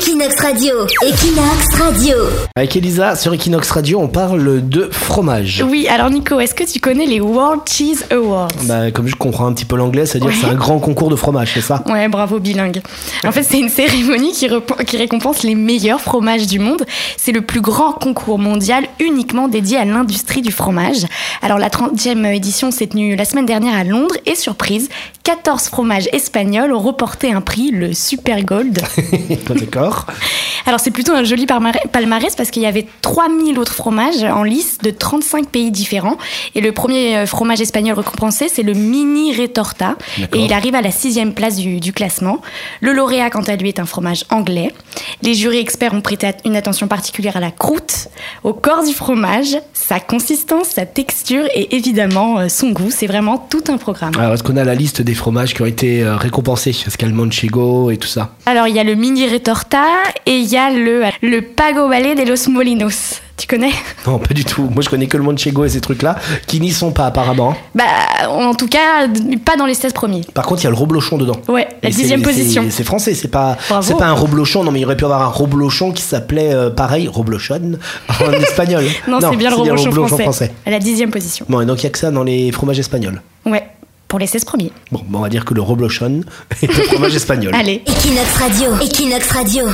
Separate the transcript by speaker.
Speaker 1: Equinox Radio, Equinox Radio.
Speaker 2: Avec Elisa, sur Equinox Radio, on parle de fromage.
Speaker 3: Oui, alors Nico, est-ce que tu connais les World Cheese Awards
Speaker 2: Bah, comme je comprends un petit peu l'anglais, c'est-à-dire que c'est
Speaker 3: Ouais.
Speaker 2: un grand concours de fromage, c'est ça
Speaker 3: Ouais, bravo bilingue. En fait, c'est une cérémonie qui, repo- qui récompense les meilleurs fromages du monde. C'est le plus grand concours mondial uniquement dédié à l'industrie du fromage. Alors la 30e édition s'est tenue la semaine dernière à Londres et surprise, 14 fromages espagnols ont reporté un prix, le Super Gold.
Speaker 2: Bah, D'accord.
Speaker 3: Alors c'est plutôt un joli parma- palmarès parce qu'il y avait 3000 autres fromages en lice de 35 pays différents. Et le premier euh, fromage espagnol récompensé, c'est le mini retorta.
Speaker 2: D'accord.
Speaker 3: Et il arrive à la sixième place du, du classement. Le lauréat, quant à lui, est un fromage anglais. Les jurys experts ont prêté at- une attention particulière à la croûte, au corps du fromage, sa consistance, sa texture et évidemment euh, son goût. C'est vraiment tout un programme.
Speaker 2: Alors, est-ce qu'on a la liste des fromages qui ont été euh, récompensés Est-ce qu'il y a le manchego et tout ça
Speaker 3: Alors il y a le mini retorta et il y a le, le pago ballet de los molinos. Tu connais
Speaker 2: Non, pas du tout. Moi, je connais que le manchego et ces trucs-là, qui n'y sont pas apparemment.
Speaker 3: Bah, en tout cas, d- pas dans les 16 premiers.
Speaker 2: Par contre, il y a le reblochon dedans.
Speaker 3: Ouais, la
Speaker 2: Et c'est-
Speaker 3: dixième
Speaker 2: c'est-
Speaker 3: position.
Speaker 2: C'est français, c'est pas,
Speaker 3: Bravo.
Speaker 2: c'est pas un reblochon. Non, mais il aurait pu avoir un reblochon qui s'appelait euh, pareil, reblochon en espagnol.
Speaker 3: Non, c'est bien le reblochon français. La dixième position.
Speaker 2: Bon, et donc il y a que ça dans les fromages espagnols.
Speaker 3: Ouais, pour les 16 premiers. Euh,
Speaker 2: Bon, bah, on va dire que le reblochon est un fromage espagnol.
Speaker 3: Allez.
Speaker 1: Equinox Radio, Equinox Radio.